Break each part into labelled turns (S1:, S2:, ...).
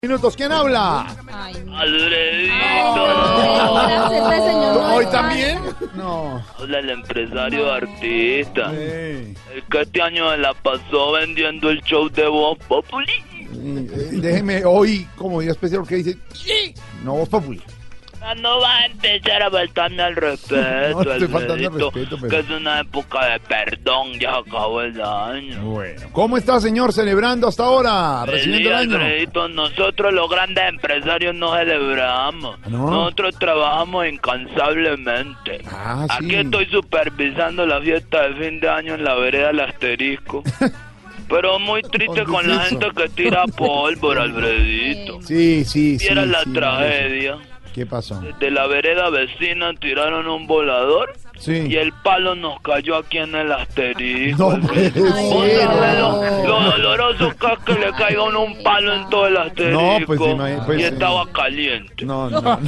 S1: Minutos, ¿quién habla?
S2: Ay, no.
S1: No.
S2: Ay,
S1: Ay, Ah.
S3: Alfredito,
S2: gracias, este señor no
S1: ¿Hoy
S2: está.
S1: también? No.
S3: habla el empresario artista.
S1: Eh,
S3: El que este año se la pasó vendiendo el show de Voz Populi.
S1: eh, déjeme hoy, como día especial, porque dice, ¿qué? No, vos Populi.
S3: Ah, No va a empezar a faltarme al respeto,
S1: No, te estoy faltando al
S3: Alfredito,
S1: respeto, pero-
S3: que es una época de perdón, ya se acabó el año.
S1: Bueno. ¿Cómo está, señor, celebrando hasta ahora? Ah, Recibiendo el
S3: Elías,
S1: año.
S3: Alfredito, nosotros los grandes empresarios no celebramos.
S1: Ah, ¿No?
S3: Nosotros trabajamos incansablemente.
S1: Ah, sí.
S3: Aquí estoy supervisando la fiesta de fin de año en la vereda del asterisco. Pero muy triste
S1: ¿Dónde
S3: con
S1: es
S3: la
S1: eso?
S3: gente que tira pólvora, Alfredito.
S1: Sí, sí, sí.
S3: Viera la
S1: sí,
S3: tragedia.
S1: ¿Qué pasó?
S3: Desde la vereda vecina tiraron un volador
S1: Sí.
S3: y el palo nos cayó aquí en el asterisco.
S1: No puede
S3: Alfredito. Vos
S1: ser,
S3: sabés
S1: no.
S3: Lo, lo doloroso que es que le caiga uno un palo en todo el asterisco.
S1: No, pues, imagi- pues,
S3: y
S1: sí.
S3: estaba caliente.
S1: No, no, no.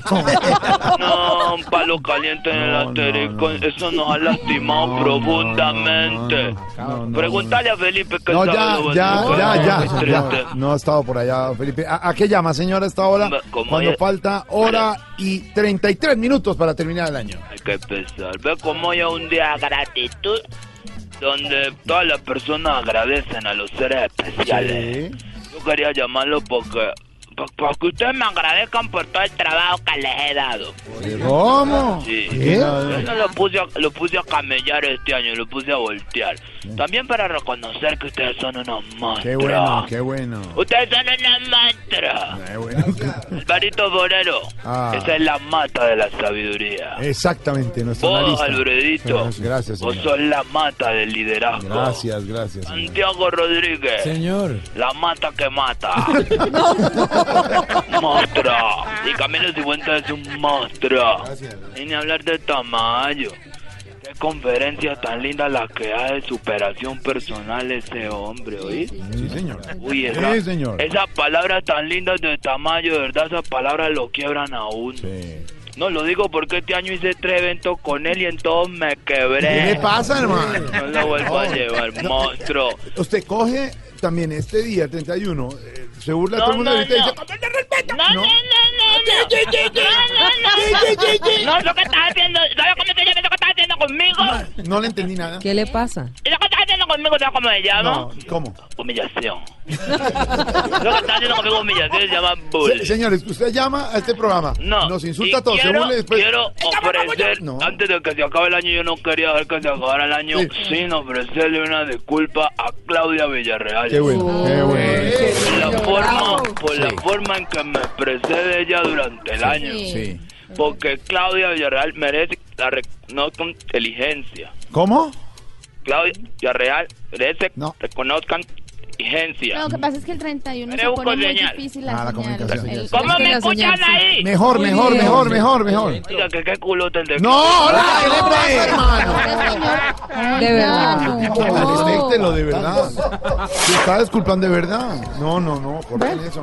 S3: No, un palo caliente en el
S1: No, no,
S3: asterisco,
S1: no.
S3: eso nos ha lastimado
S1: No,
S3: profundamente.
S1: no, no, no, no.
S3: Pregúntale a Felipe que
S1: No,
S3: sabe
S1: ya,
S3: lo
S1: ya,
S3: bonito
S1: ya,
S3: que
S1: ya,
S3: es muy triste.
S1: señor. No ha estado por allá, Felipe. ¿A, a qué llama, señora, a esta hora?
S3: Hombre, como
S1: Cuando
S3: ya-
S1: falta hora y 33 minutos para terminar el año.
S3: Hay que pensar, ve cómo hay un día de gratitud donde todas las personas agradecen a los seres especiales. Yo quería llamarlo porque, pa- para que ustedes me agradezcan por todo el trabajo que les he dado.
S1: ¿Cómo?
S3: Sí.
S1: ¿Qué?
S3: Eso lo puse, a, lo puse a camellar este año, lo puse a voltear. También para reconocer que ustedes son unos monstruos.
S1: Qué bueno, qué bueno.
S3: Ustedes son unos monstruos.
S1: Qué bueno.
S3: Alvarito Borero,
S1: Ah.
S3: esa es la mata de la sabiduría.
S1: Exactamente, nuestro
S3: Vos,
S1: analista.
S3: Alfredito,
S1: Gracias,
S3: vos
S1: señor.
S3: sos la mata del liderazgo.
S1: Gracias, gracias. señor.
S3: Santiago Rodríguez,
S4: Señor,
S3: la mata que mata. monstruo. Y Camilo 50 es un monstruo.
S1: Gracias, gracias.
S3: Y ni hablar de Tamayo. Qué conferencia tan linda la que da de superación personal ese hombre, ¿oí?
S1: Sí, señor.
S3: Uy, esa,
S1: Sí, señor.
S3: esas palabras tan lindas de Tamayo, de verdad, esas palabras lo quiebran a uno.
S1: Sí.
S3: No, lo digo porque este año hice tres eventos con él y en todos me
S1: ¿Qué
S3: quebré.
S1: le pasa, hermano?
S3: No lo vuelvo a
S1: No.
S3: llevar, monstruo.
S1: Usted coge también este día, 31, eh, se burla todo el
S3: No,
S1: mundo
S3: no,
S1: ahorita y dice,
S3: no.
S1: "Con el respeto".
S3: No, no, no, no, no. No, lo que estás haciendo, ¿sabes cómo se llama eso que estás haciendo conmigo?
S1: "Ah, No le entendí nada.
S2: ¿Qué le pasa?
S3: Eso que estás haciendo conmigo, ¿sabes cómo se llama?
S1: No, ¿cómo?
S3: Humillación. Lo que estás haciendo conmigo, humillación, se llama
S1: Se-
S3: bullying.
S1: señores, usted llama a este programa,
S3: No.
S1: nos insulta
S3: y
S1: a todos, se
S3: quiero,
S1: burla y después...
S3: Quiero ofrecer,
S1: No.
S3: antes de que se acabe el año, yo no quería ver que se acabara el año
S1: Sí.
S3: sin ofrecerle una disculpa a Claudia Villarreal.
S1: Qué bueno, qué bueno.
S3: Por la forma, por la forma en que me expresé de ella durante el año.
S1: Sí.
S3: Porque Claudia Villarreal merece la reconozcan inteligencia.
S1: ¿Cómo?
S3: Claudia Villarreal merece
S1: No.
S3: reconozcan inteligencia.
S5: Lo que pasa es que el 31 se
S3: Era un
S5: pone muy
S3: señal.
S5: difícil
S1: Ah, la
S5: la
S1: comunicación.
S5: señal. El-
S3: ¿Cómo
S2: Es que
S3: me
S2: la señal,
S3: escuchan
S2: sí.
S3: ahí?
S1: Mejor,
S2: Muy
S1: mejor,
S2: bien.
S1: mejor, mejor, mejor.
S3: Oiga, que qué culote el de
S1: No, hola, ¿qué le pasa,
S5: Este
S1: hermano?
S5: señor-
S2: De verdad.
S5: Ay,
S1: No,
S5: no.
S1: respéctelo de verdad. Se está disculpando de verdad. No, no, no, corten eso.